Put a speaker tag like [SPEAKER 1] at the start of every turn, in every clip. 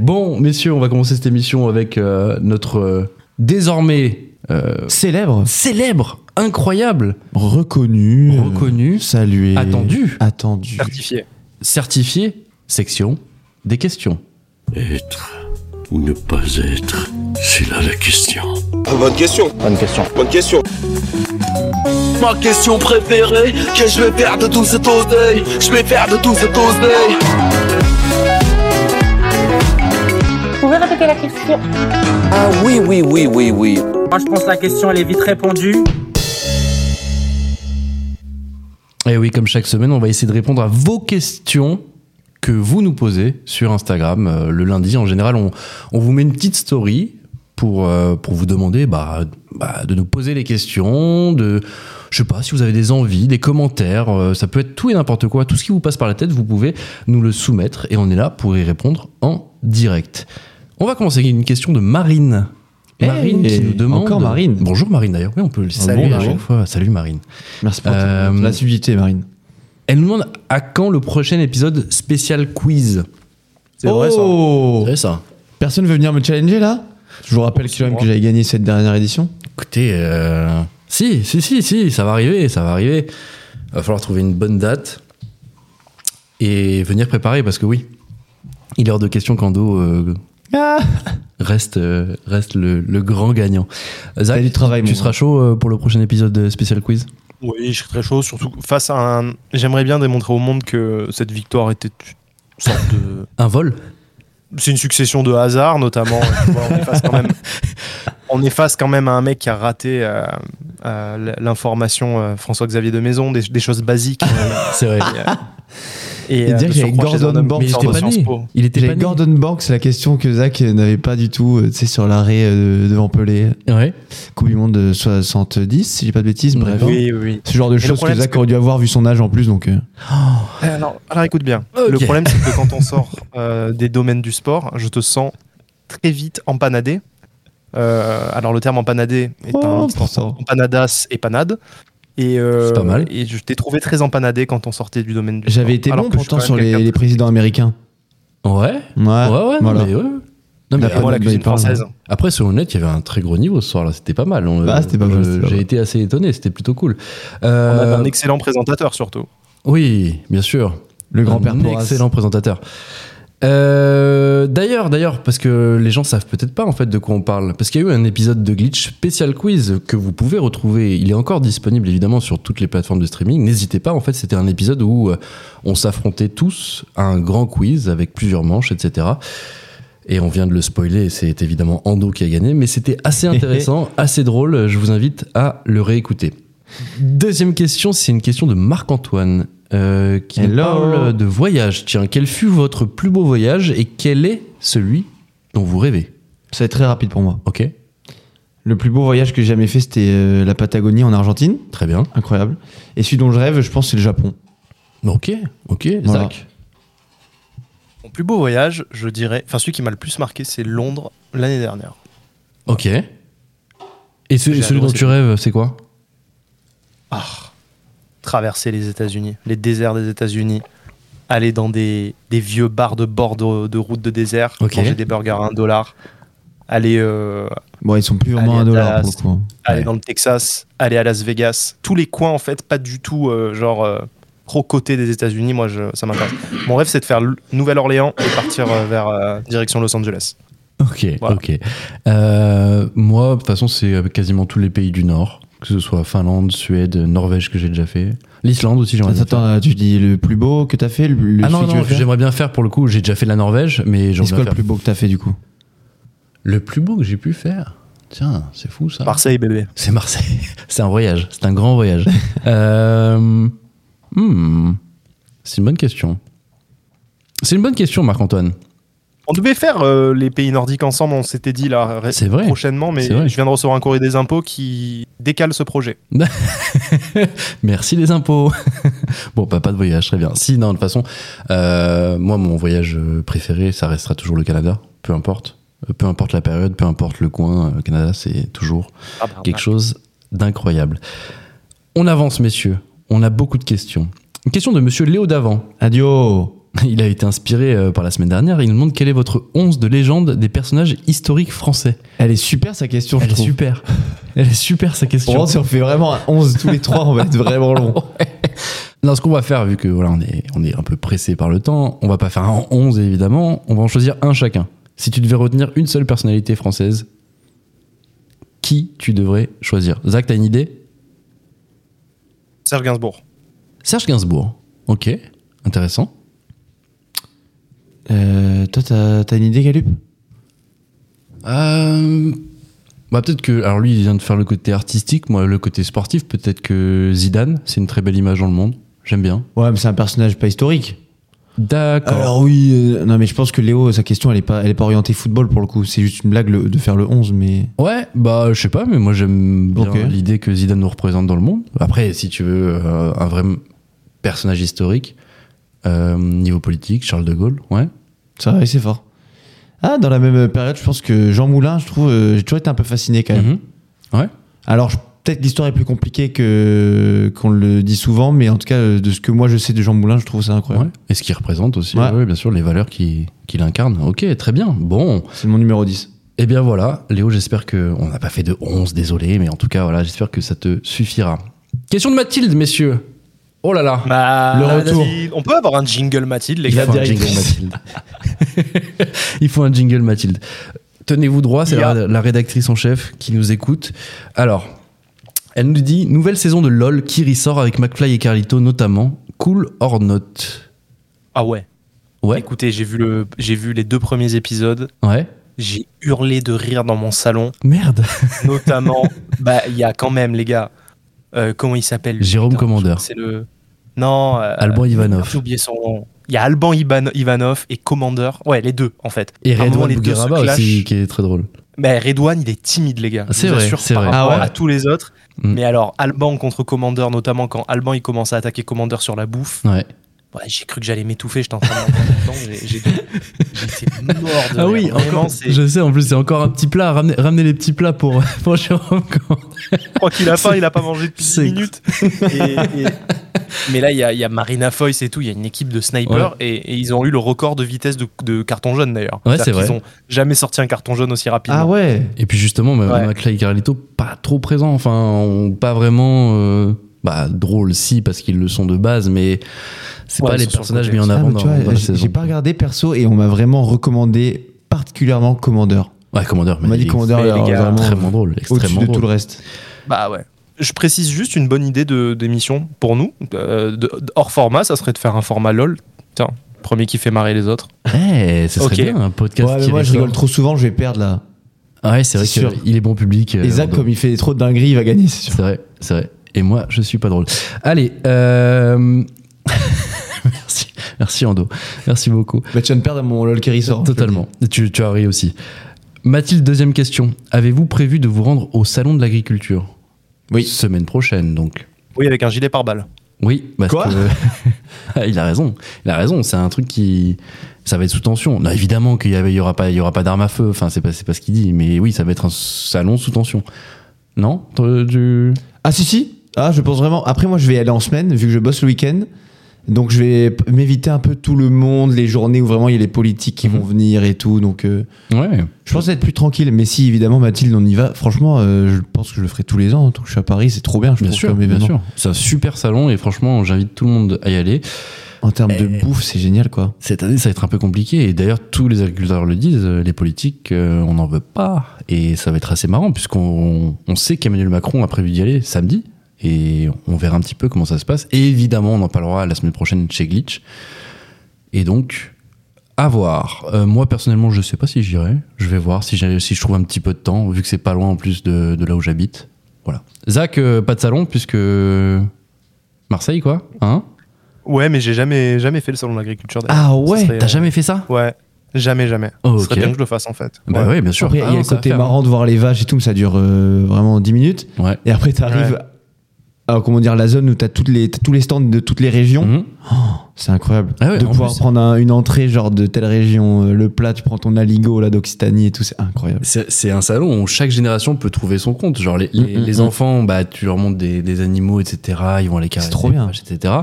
[SPEAKER 1] Bon, messieurs, on va commencer cette émission avec euh, notre euh, désormais euh,
[SPEAKER 2] Célèbre,
[SPEAKER 1] célèbre, incroyable,
[SPEAKER 2] reconnu, euh,
[SPEAKER 1] reconnu,
[SPEAKER 2] salué,
[SPEAKER 1] attendu,
[SPEAKER 2] attendu.
[SPEAKER 3] Certifié.
[SPEAKER 1] certifié, section des questions.
[SPEAKER 4] Être ou ne pas être, c'est là la question.
[SPEAKER 5] Bonne question. Bonne question. Bonne question. Ma question préférée, que je vais faire de tout cet oseille. Je vais faire de tout cet oseille.
[SPEAKER 6] Vous pouvez répéter la question
[SPEAKER 5] Ah oui, oui, oui, oui, oui.
[SPEAKER 7] Moi, je pense que la question, elle est vite répondue.
[SPEAKER 1] Et oui, comme chaque semaine, on va essayer de répondre à vos questions que vous nous posez sur Instagram. Euh, le lundi, en général, on, on vous met une petite story pour, euh, pour vous demander bah, bah, de nous poser les questions, de, je sais pas, si vous avez des envies, des commentaires, euh, ça peut être tout et n'importe quoi, tout ce qui vous passe par la tête, vous pouvez nous le soumettre et on est là pour y répondre en direct. On va commencer avec une question de Marine.
[SPEAKER 2] Hey,
[SPEAKER 1] Marine qui nous demande.
[SPEAKER 2] encore Marine.
[SPEAKER 1] Bonjour Marine d'ailleurs. Oui, on peut le saluer à
[SPEAKER 2] Marine.
[SPEAKER 1] chaque fois. Salut Marine.
[SPEAKER 2] Merci pour
[SPEAKER 1] Euh,
[SPEAKER 2] la subtilité, Marine.
[SPEAKER 1] Elle nous demande à quand le prochain épisode spécial quiz
[SPEAKER 2] C'est vrai, ça.
[SPEAKER 1] Oh. C'est ça.
[SPEAKER 2] Oh Personne veut venir me challenger là Je vous rappelle quand même que j'avais gagné cette dernière édition.
[SPEAKER 1] Écoutez, euh, si, si, si, si, ça va arriver, ça va arriver. Va falloir trouver une bonne date et venir préparer parce que oui, il est hors de question qu'Ando euh, reste, euh, reste le, le grand gagnant. Zach,
[SPEAKER 2] T'as du travail,
[SPEAKER 1] tu
[SPEAKER 2] mon
[SPEAKER 1] seras chaud euh, pour le prochain épisode de spécial quiz
[SPEAKER 3] Oui, je serais très chaud, surtout face à un. J'aimerais bien démontrer au monde que cette victoire était une sorte de.
[SPEAKER 1] Un vol
[SPEAKER 3] C'est une succession de hasards, notamment. Tu vois, on, est face quand même... on est face quand même à un mec qui a raté euh, euh, l'information euh, François-Xavier de Maison, des, des choses basiques. euh,
[SPEAKER 1] C'est vrai.
[SPEAKER 3] et euh,
[SPEAKER 2] Et dire
[SPEAKER 3] de
[SPEAKER 2] qu'il y avait
[SPEAKER 3] surcroît chez un
[SPEAKER 2] Gordon
[SPEAKER 3] homme
[SPEAKER 2] Banks,
[SPEAKER 3] qui
[SPEAKER 2] mais
[SPEAKER 3] sort
[SPEAKER 1] il était
[SPEAKER 3] de
[SPEAKER 1] pas
[SPEAKER 3] Sciences
[SPEAKER 1] né.
[SPEAKER 3] Po.
[SPEAKER 1] Il était
[SPEAKER 2] J'avais
[SPEAKER 1] pas né.
[SPEAKER 2] Gordon Banks, la question que Zach euh, n'avait pas du tout, euh, tu sais, sur l'arrêt euh, devant Pelé,
[SPEAKER 1] Ouais.
[SPEAKER 2] Coupe du Monde de 70, si j'ai pas de bêtises, bref.
[SPEAKER 3] Oui, oui.
[SPEAKER 2] Ce genre de
[SPEAKER 3] le
[SPEAKER 2] choses que
[SPEAKER 3] problème,
[SPEAKER 2] Zach
[SPEAKER 3] c'est que-
[SPEAKER 2] aurait dû avoir vu son âge en plus, donc. euh,
[SPEAKER 3] Alors, Eh, alors écoute bien. Le
[SPEAKER 1] Ok.
[SPEAKER 3] problème, c'est que quand on sort euh, des domaines du sport, je te sens très vite empanadé. Euh, alors, le terme empanadé est un
[SPEAKER 2] Oh,
[SPEAKER 3] mix entre
[SPEAKER 2] pourtant.
[SPEAKER 3] empanadas et panade. Et, euh,
[SPEAKER 1] C'est pas mal.
[SPEAKER 3] Et je t'ai trouvé très empanadé quand on sortait du domaine du sport.
[SPEAKER 2] J'avais été
[SPEAKER 3] Alors
[SPEAKER 2] bon
[SPEAKER 3] que je suis
[SPEAKER 2] pourtant
[SPEAKER 3] quand même
[SPEAKER 2] sur les,
[SPEAKER 3] quelqu'un de-
[SPEAKER 2] les présidents américains.
[SPEAKER 1] Ouais. Ouais,
[SPEAKER 2] Ouais,
[SPEAKER 1] ouais, non,
[SPEAKER 2] Ah. voilà.
[SPEAKER 1] mais ouais. Non, mais
[SPEAKER 2] D'après
[SPEAKER 1] euh,
[SPEAKER 3] Moi, la
[SPEAKER 2] Bah,
[SPEAKER 3] cuisine
[SPEAKER 2] il parle.
[SPEAKER 3] française.
[SPEAKER 1] Après, soyons honnêtes, il y avait un très gros niveau ce soir-là. C'était pas mal. On,
[SPEAKER 2] Bah,
[SPEAKER 1] euh,
[SPEAKER 2] c'était pas mal,
[SPEAKER 1] je-
[SPEAKER 2] c'était pas
[SPEAKER 1] J'ai
[SPEAKER 2] mal.
[SPEAKER 1] été assez étonné. C'était plutôt cool.
[SPEAKER 3] On avait
[SPEAKER 1] Euh,
[SPEAKER 3] un excellent présentateur, surtout.
[SPEAKER 1] oui, bien sûr.
[SPEAKER 2] Le grand-père
[SPEAKER 1] Un
[SPEAKER 2] Porras.
[SPEAKER 1] excellent présentateur. Euh, d'ailleurs, d'ailleurs, parce que les gens savent peut-être pas en fait de quoi on parle, parce qu'il y a eu un épisode de Glitch spécial quiz que vous pouvez retrouver. Il est encore disponible évidemment sur toutes les plateformes de streaming. N'hésitez pas. En fait, c'était un épisode où euh, on s'affrontait tous à un grand quiz avec plusieurs manches, etc. Et on vient de le spoiler, c'est évidemment Ando qui a gagné, mais c'était assez intéressant, assez drôle, je vous invite à le réécouter. Deuxième question, c'est une question de Marc-Antoine, euh, qui nous
[SPEAKER 2] Hello.
[SPEAKER 1] parle de voyage. Tiens, quel fut votre plus beau voyage et quel est celui dont vous rêvez
[SPEAKER 2] Ça va être très rapide pour moi.
[SPEAKER 1] Ok,
[SPEAKER 2] Le plus beau voyage que j'ai jamais fait, c'était euh, la Patagonie en Argentine.
[SPEAKER 1] très bien.
[SPEAKER 2] Incroyable. Et celui dont je rêve, je pense, c'est le Japon.
[SPEAKER 1] Ok, ok,
[SPEAKER 2] Voilà.
[SPEAKER 1] Zach.
[SPEAKER 3] Mon plus beau voyage, je dirais. Enfin, celui qui m'a le plus marqué, c'est Londres l'année dernière.
[SPEAKER 1] Ok. Et ce-
[SPEAKER 3] J'ai
[SPEAKER 1] celui
[SPEAKER 3] adoré
[SPEAKER 1] dont
[SPEAKER 3] cette
[SPEAKER 1] tu rêves, c'est quoi
[SPEAKER 3] Ah, traverser les États-Unis, les déserts des États-Unis, aller dans des, des vieux bars de bord de, de route de désert,
[SPEAKER 1] Ok.
[SPEAKER 3] manger des burgers à 1 dollar, aller, euh,
[SPEAKER 2] Bon, ils sont plus vraiment
[SPEAKER 3] Allez,
[SPEAKER 2] un dollar
[SPEAKER 3] Dallas.
[SPEAKER 2] pour le coup. hein.
[SPEAKER 3] aller
[SPEAKER 1] Ouais.
[SPEAKER 3] dans le Texas, aller à Las Vegas, tous les coins en fait, pas du tout euh, genre euh, trop côté des États-Unis. Moi, je, ça m'intéresse. Mon rêve, c'est de faire L- Nouvelle-Orléans et partir euh, vers euh, direction Los Angeles.
[SPEAKER 1] Ok,
[SPEAKER 3] Voilà.
[SPEAKER 1] ok. Euh, moi, de toute façon, c'est euh, quasiment tous les pays du Nord, que ce soit Finlande, Suède, Norvège que j'ai déjà fait. L'Islande aussi, j'aimerais bien
[SPEAKER 2] Attends,
[SPEAKER 1] faire.
[SPEAKER 2] attends, tu dis le plus beau que t'as fait le, le
[SPEAKER 1] Ah
[SPEAKER 2] celui
[SPEAKER 1] non,
[SPEAKER 2] que tu
[SPEAKER 1] non,
[SPEAKER 2] veux
[SPEAKER 1] que
[SPEAKER 2] faire
[SPEAKER 1] j'aimerais bien faire pour le coup. J'ai déjà fait la Norvège, mais j'aimerais
[SPEAKER 2] C'est quoi
[SPEAKER 1] bien
[SPEAKER 2] le
[SPEAKER 1] faire.
[SPEAKER 2] plus beau que t'as fait du coup
[SPEAKER 1] Le plus beau que j'ai pu faire Tiens, c'est fou ça.
[SPEAKER 3] Marseille, bébé.
[SPEAKER 1] C'est Marseille. c'est un voyage, c'est un grand voyage. Euh, hmm, C'est une bonne question. C'est une bonne question, Marc-Antoine.
[SPEAKER 3] On devait faire euh, les pays nordiques ensemble. On s'était dit là ré-
[SPEAKER 1] C'est vrai.
[SPEAKER 3] prochainement, mais
[SPEAKER 1] C'est vrai.
[SPEAKER 3] je viens de recevoir un courrier des impôts qui décale ce projet.
[SPEAKER 1] Merci les impôts. bon, pas, pas de voyage, très bien. Si, non, de toute façon, euh, moi, mon voyage euh, préféré, ça restera toujours le Canada, peu importe. Euh, Peu importe la période, peu importe le coin, euh, le Canada, c'est toujours quelque chose d'incroyable. On avance, messieurs. On a beaucoup de questions. Une question de monsieur Léo Davant.
[SPEAKER 2] Adieu
[SPEAKER 1] Il a été inspiré euh, par la semaine dernière. Il nous demande quelle est votre 11 de légende des personnages historiques français.
[SPEAKER 2] Elle est super sa question,
[SPEAKER 1] Elle
[SPEAKER 2] je
[SPEAKER 1] est
[SPEAKER 2] trouve.
[SPEAKER 1] super. Elle est super sa
[SPEAKER 2] Pour
[SPEAKER 1] question.
[SPEAKER 2] voir si on fait vraiment un 11 tous les trois, on va être vraiment long.
[SPEAKER 1] Non, ce qu'on va faire, vu que voilà, on est, on est un peu pressé par le temps, on va pas faire un 11 évidemment, on va en choisir un chacun. Si tu devais retenir une seule personnalité française, qui tu devrais choisir Zach, t'as une idée
[SPEAKER 3] Serge Gainsbourg.
[SPEAKER 1] Serge Gainsbourg. Ok, intéressant.
[SPEAKER 2] Euh, toi, t'as t'as une idée, Galup
[SPEAKER 1] Euh, bah peut-être que alors lui il vient de faire le côté artistique, moi le côté sportif. Peut-être que Zidane, c'est une très belle image dans le monde. J'aime bien.
[SPEAKER 2] Ouais, mais c'est un personnage pas historique.
[SPEAKER 1] D'accord.
[SPEAKER 2] Alors oui, euh, non mais je pense que Léo, sa question, elle est pas, elle est pas orientée football pour le coup. C'est juste une blague le- de faire le 11, mais
[SPEAKER 1] Ouais, bah je sais pas, mais moi j'aime bien
[SPEAKER 2] Ok.
[SPEAKER 1] l'idée que Zidane nous représente dans le monde. Après, si tu veux euh, un vrai m- personnage historique, euh, niveau politique, Charles de Gaulle, ouais.
[SPEAKER 2] c'est vrai, c'est fort. Ah, dans la même période, je pense que Jean Moulin, je trouve, euh, j'ai toujours été un peu fasciné quand même.
[SPEAKER 1] Mhm. Ouais.
[SPEAKER 2] Alors je- peut-être l'histoire est plus compliquée que qu'on le dit souvent, mais en tout cas euh, de ce que moi je sais de Jean Moulin, je trouve ça
[SPEAKER 1] ouais.
[SPEAKER 2] incroyable.
[SPEAKER 1] Et ce qui représente aussi,
[SPEAKER 2] Ouais.
[SPEAKER 1] ouais, bien sûr, les valeurs qui- qu'il incarne. Ok, très bien. Bon,
[SPEAKER 2] C'est mon numéro 10.
[SPEAKER 1] Eh bien voilà, Léo, j'espère que. On n'a pas fait de 11, désolé, mais en tout cas, voilà, j'espère que ça te suffira. Question de Mathilde, messieurs. Oh là là.
[SPEAKER 3] Bah,
[SPEAKER 1] Le retour.
[SPEAKER 3] Mathilde. On peut avoir un jingle Mathilde, les
[SPEAKER 1] Il
[SPEAKER 3] gars.
[SPEAKER 1] faut un jingle Mathilde. Il faut un jingle Mathilde. Tenez-vous droit, c'est la, la rédactrice en chef qui nous écoute. Alors, elle nous dit nouvelle saison de LOL qui ressort avec McFly et Carlito notamment. Cool or not
[SPEAKER 3] Ah ouais.
[SPEAKER 1] Ouais,
[SPEAKER 3] Écoutez, j'ai vu, le... j'ai vu les deux premiers épisodes.
[SPEAKER 1] ouais.
[SPEAKER 3] J'ai hurlé de rire dans mon salon.
[SPEAKER 1] Merde.
[SPEAKER 3] Notamment, bah, il y a quand même, les gars. euh, comment il s'appelle lui
[SPEAKER 1] Jérôme
[SPEAKER 3] Putain,
[SPEAKER 1] Commandeur.
[SPEAKER 3] C'est le. Non. euh,
[SPEAKER 1] Alban Ivanov.
[SPEAKER 3] J'ai oublié son nom. Il y a Alban Iban- Ivanov et Commander. Ouais, les deux, en fait.
[SPEAKER 1] Et
[SPEAKER 3] À un moment,
[SPEAKER 1] Redouane
[SPEAKER 3] les deux se
[SPEAKER 1] Bougueraba aussi,
[SPEAKER 3] clashent.
[SPEAKER 1] qui est très drôle.
[SPEAKER 3] Mais Redouane, il est timide, les gars.
[SPEAKER 1] Ah, c'est
[SPEAKER 3] Je vous
[SPEAKER 1] vrai,
[SPEAKER 3] assure,
[SPEAKER 1] c'est
[SPEAKER 3] par
[SPEAKER 1] vrai.
[SPEAKER 3] rapport
[SPEAKER 2] Ah ouais.
[SPEAKER 3] à tous les autres.
[SPEAKER 1] Mm.
[SPEAKER 3] Mais alors, Alban contre Commander, notamment quand Alban il commence à attaquer Commander sur la bouffe.
[SPEAKER 1] Ouais.
[SPEAKER 3] Ouais, j'ai cru que j'allais m'étouffer, j'étais en train de Non, j'ai- j'ai- J'étais mort de
[SPEAKER 1] Ah
[SPEAKER 3] rire.
[SPEAKER 1] oui,
[SPEAKER 3] Vraiment,
[SPEAKER 1] encore,
[SPEAKER 3] c'est-
[SPEAKER 1] je sais, en plus, c'est encore un petit plat. Ramenez, ramenez les petits plats pour, pour Jérôme. Commandeur.
[SPEAKER 3] je crois qu'il a faim, il a pas mangé depuis 10
[SPEAKER 1] c'est-
[SPEAKER 3] minutes. Et- et- Mais là, il y, a- il y a Marina Foyce et tout, il y a une équipe de snipers et, et ils ont eu le record de vitesse de, de carton jaune d'ailleurs.
[SPEAKER 1] Ouais,
[SPEAKER 3] C'est-à-dire
[SPEAKER 1] c'est vrai.
[SPEAKER 3] qu'ils ont jamais sorti un carton jaune aussi rapidement.
[SPEAKER 2] Ah ouais.
[SPEAKER 1] Et puis justement, même
[SPEAKER 3] Ouais.
[SPEAKER 1] McFly et Carlito, pas trop présents. Enfin, on- pas vraiment. euh, bah, drôle, si, parce qu'ils le sont de base, mais c'est
[SPEAKER 3] Ouais,
[SPEAKER 1] pas
[SPEAKER 3] ils
[SPEAKER 1] les
[SPEAKER 3] sont sur le
[SPEAKER 1] personnages
[SPEAKER 3] côté.
[SPEAKER 1] mis en
[SPEAKER 2] Ah,
[SPEAKER 1] avant
[SPEAKER 2] mais
[SPEAKER 1] dans,
[SPEAKER 2] tu vois,
[SPEAKER 1] dans la
[SPEAKER 2] j'ai-
[SPEAKER 1] saison.
[SPEAKER 2] j'ai pas regardé perso et on m'a vraiment recommandé particulièrement Commander.
[SPEAKER 1] Ouais, Commandeur,
[SPEAKER 2] On m'a dit
[SPEAKER 1] il est
[SPEAKER 2] Commander,
[SPEAKER 3] mais les
[SPEAKER 2] alors,
[SPEAKER 3] gars,
[SPEAKER 2] vraiment, euh,
[SPEAKER 1] Extrêmement drôle,
[SPEAKER 2] au-dessus
[SPEAKER 1] extrêmement
[SPEAKER 2] de tout
[SPEAKER 1] drôle.
[SPEAKER 2] le reste.
[SPEAKER 3] Bah ouais. Je précise juste une bonne idée de- d'émission pour nous. euh, de- de- hors format, ça serait de faire un format LOL. Tiens, premier qui fait marrer les autres.
[SPEAKER 1] Eh, ça serait
[SPEAKER 3] Ok.
[SPEAKER 1] bien, un podcast
[SPEAKER 2] Ouais, mais
[SPEAKER 1] qui
[SPEAKER 2] moi je
[SPEAKER 1] ressort. Ah
[SPEAKER 2] rigole trop souvent, je vais perdre là.
[SPEAKER 1] Ouais, c'est vrai
[SPEAKER 2] C'est sûr.
[SPEAKER 1] qu'il est bon public. euh,
[SPEAKER 2] Et Zach,
[SPEAKER 1] Bordeaux.
[SPEAKER 2] comme il fait trop de dingueries, il va gagner, c'est sûr.
[SPEAKER 1] C'est vrai, c'est vrai. Et moi, je suis pas drôle. Allez, euh... merci, merci Ando, merci beaucoup.
[SPEAKER 2] Bah, tu viens de perdre à mon LOL qui ressort.
[SPEAKER 1] Totalement. Et Tu, tu as ri aussi. Mathilde, deuxième question. Avez-vous prévu de vous rendre au salon de l'agriculture
[SPEAKER 2] Oui.
[SPEAKER 1] Semaine prochaine, donc.
[SPEAKER 3] Oui, avec un gilet pare-balles.
[SPEAKER 1] Oui, parce
[SPEAKER 2] Quoi
[SPEAKER 1] que- il a raison. Il a raison. C'est un truc qui, ça va être sous tension. Non, évidemment qu'il y, avait- il y aura pas, il y aura pas d'armes à feu. Enfin, c'est pas, c'est pas ce qu'il dit. Mais oui, ça va être un salon sous tension. Non, Toi, tu-
[SPEAKER 2] Ah si si. Ah je pense vraiment. Après moi je vais y aller en semaine vu que je bosse le week-end. Donc je vais p- m'éviter un peu tout le monde, les journées où vraiment il y a les politiques qui
[SPEAKER 1] Mhm.
[SPEAKER 2] vont venir et tout. Donc euh,
[SPEAKER 1] ouais.
[SPEAKER 2] je pense être plus tranquille. Mais si évidemment Mathilde on y va. Franchement euh, je pense que je le ferai tous les ans. Tant que je suis à Paris c'est trop bien. Je
[SPEAKER 1] Bien
[SPEAKER 2] trouve,
[SPEAKER 1] sûr,
[SPEAKER 2] comme
[SPEAKER 1] bien
[SPEAKER 2] événement.
[SPEAKER 1] sûr. C'est un super salon et franchement, j'invite tout le monde à y aller.
[SPEAKER 2] En termes de
[SPEAKER 1] Eh.
[SPEAKER 2] bouffe c'est génial quoi.
[SPEAKER 1] Cette année, ça va être un peu compliqué. Et d'ailleurs, tous les agriculteurs le disent, euh, les politiques, euh, on n'en veut pas. Et ça va être assez marrant, puisqu'on on sait qu'Emmanuel Macron a prévu d'y aller samedi. Et on verra un petit peu comment ça se passe. Et évidemment, on en parlera la semaine prochaine chez Glitch. Et donc, à voir. Euh, moi, personnellement, je sais pas si j'irai. Je vais voir si, j'ai- si je trouve un petit peu de temps, vu que c'est pas loin en plus de, de là où j'habite. Voilà. Zach, euh, pas de salon, puisque. Marseille, quoi. Hein
[SPEAKER 3] Ouais, mais j'ai jamais, jamais fait le salon de l'agriculture. d'ailleurs.
[SPEAKER 2] Ah
[SPEAKER 3] Ce
[SPEAKER 2] ouais.
[SPEAKER 3] serait-
[SPEAKER 1] T'as jamais fait ça
[SPEAKER 3] Ouais, jamais, jamais.
[SPEAKER 1] Ah. Oh,
[SPEAKER 3] Ce serait
[SPEAKER 1] ok.
[SPEAKER 3] bien que je le fasse en fait.
[SPEAKER 1] Bah
[SPEAKER 3] Ouais.
[SPEAKER 1] oui, bien sûr.
[SPEAKER 2] Après,
[SPEAKER 1] Ah
[SPEAKER 2] il y a
[SPEAKER 1] non,
[SPEAKER 2] le
[SPEAKER 1] ça va
[SPEAKER 2] côté
[SPEAKER 1] faire.
[SPEAKER 2] marrant de voir les vaches et tout, mais ça dure euh, vraiment 10 minutes.
[SPEAKER 1] Ouais.
[SPEAKER 2] Et après, t'arrives
[SPEAKER 3] Ouais.
[SPEAKER 2] à comment dire, la zone où t'as toutes les, t'as tous les stands de toutes les régions.
[SPEAKER 1] Mhm.
[SPEAKER 2] C'est incroyable.
[SPEAKER 1] Ah ouais,
[SPEAKER 2] de
[SPEAKER 1] en
[SPEAKER 2] pouvoir
[SPEAKER 1] plus-
[SPEAKER 2] prendre un- une entrée genre de telle région, euh, le plat, tu prends ton aligot là d'Occitanie et tout, c'est incroyable.
[SPEAKER 1] C'est c'est un salon où chaque génération peut trouver son compte. Genre les, les-
[SPEAKER 2] Mm, mm,
[SPEAKER 1] les
[SPEAKER 2] mm.
[SPEAKER 1] enfants, bah tu leur montres des, des animaux, etc. Ils vont aller caresser
[SPEAKER 2] trop
[SPEAKER 1] des
[SPEAKER 2] bien.
[SPEAKER 1] vaches, etc.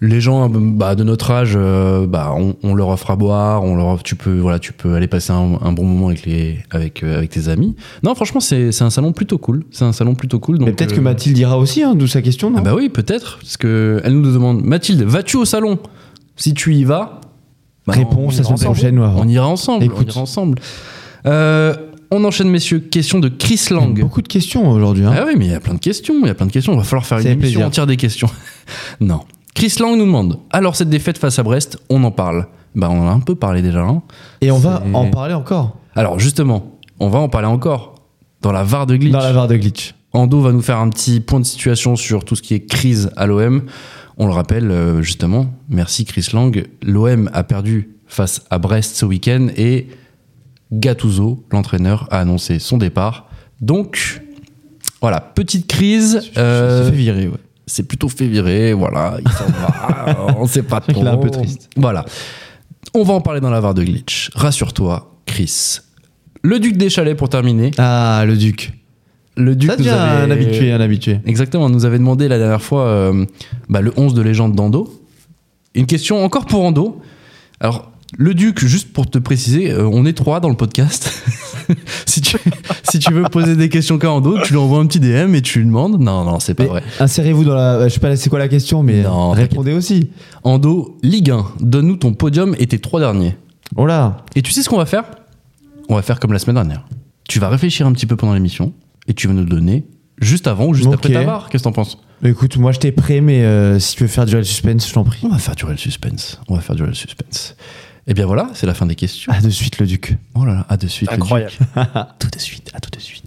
[SPEAKER 1] les gens bah, de notre âge, euh, bah, on, on leur offre à boire, on leur offre- tu peux voilà, tu peux aller passer un, un bon moment avec les avec euh, avec tes amis. Non, franchement, c'est c'est un salon plutôt cool. C'est un salon plutôt cool. Donc
[SPEAKER 2] Mais peut-être
[SPEAKER 1] euh,
[SPEAKER 2] que Mathilde dira aussi, hein, d'où sa question, non
[SPEAKER 1] ah bah oui, peut-être parce que elle nous demande Mathilde, vas-tu au salon Si tu y vas, bah,
[SPEAKER 2] Réponse
[SPEAKER 1] on-
[SPEAKER 2] la semaine
[SPEAKER 1] ensemble.
[SPEAKER 2] prochaine, ouais.
[SPEAKER 1] On ira ensemble. On
[SPEAKER 2] Écoute.
[SPEAKER 1] ira ensemble. Euh, on enchaîne, messieurs. Question de Chris Lang.
[SPEAKER 2] Beaucoup de questions aujourd'hui. hein.
[SPEAKER 1] Ah oui, mais il y a plein de questions, il y a plein de questions. Il va falloir faire une
[SPEAKER 2] C'est un
[SPEAKER 1] émission
[SPEAKER 2] plaisir.
[SPEAKER 1] entière des questions. non. Chris Lang nous demande alors cette défaite face à Brest, on en parle. Bah, on en a un peu parlé déjà. hein.
[SPEAKER 2] Et on va
[SPEAKER 1] c'est-
[SPEAKER 2] en parler encore
[SPEAKER 1] Alors justement, on va en parler encore dans la VAR de glitch.
[SPEAKER 2] dans la barre de glitch.
[SPEAKER 1] Ando va nous faire un petit point de situation sur tout ce qui est crise à l'OM. On le rappelle euh, justement. Merci Chris Lang. L'OM a perdu face à Brest ce week-end et Gattuso, l'entraîneur, a annoncé son départ. Donc voilà, petite crise.
[SPEAKER 2] Ça
[SPEAKER 1] euh,
[SPEAKER 2] fait virer, ouais.
[SPEAKER 1] c'est plutôt fait virer, voilà, il s'en va, on sait pas trop.
[SPEAKER 2] C'est vrai qu'il est un peu triste.
[SPEAKER 1] Voilà. On va en parler dans la VAR de glitch. Rassure-toi, Chris. Le duc des chalets pour terminer.
[SPEAKER 2] Ah, le duc.
[SPEAKER 1] Le duc
[SPEAKER 2] Ça
[SPEAKER 1] nous
[SPEAKER 2] devient
[SPEAKER 1] avait-
[SPEAKER 2] un habitué, un habitué.
[SPEAKER 1] Exactement, on nous avait demandé la dernière fois euh, bah, le 11 de légende d'Ando. Une question encore pour Ando. Alors, le Duc, juste pour te préciser, euh, on est trois dans le podcast. si, tu, si tu veux poser des questions qu'à Ando, tu lui envoies un petit DM et tu lui demandes. Non, non, c'est pas
[SPEAKER 2] Mais
[SPEAKER 1] vrai.
[SPEAKER 2] Insérez-vous dans la. euh, Je sais pas c'est quoi la question, mais
[SPEAKER 1] Non, t'inquiète.
[SPEAKER 2] répondez aussi.
[SPEAKER 1] Ando, Ligue 1, donne-nous ton podium et tes trois derniers.
[SPEAKER 2] Oh là
[SPEAKER 1] Et tu sais ce qu'on va faire On va faire comme la semaine dernière. Tu vas réfléchir un petit peu pendant l'émission et tu vas nous donner juste avant ou juste après
[SPEAKER 2] Ok.
[SPEAKER 1] ta barre. Qu'est-ce que t'en penses
[SPEAKER 2] Écoute, moi je t'ai prêt, mais euh, si tu veux faire durer le suspense, je t'en prie.
[SPEAKER 1] On va faire durer le suspense. On va faire durer le suspense. Et bien voilà, c'est la fin des questions.
[SPEAKER 2] Ah, de suite, le duc.
[SPEAKER 1] Oh là là, à de suite. le
[SPEAKER 3] Incroyable.
[SPEAKER 1] Duc. À tout de suite, à tout de suite.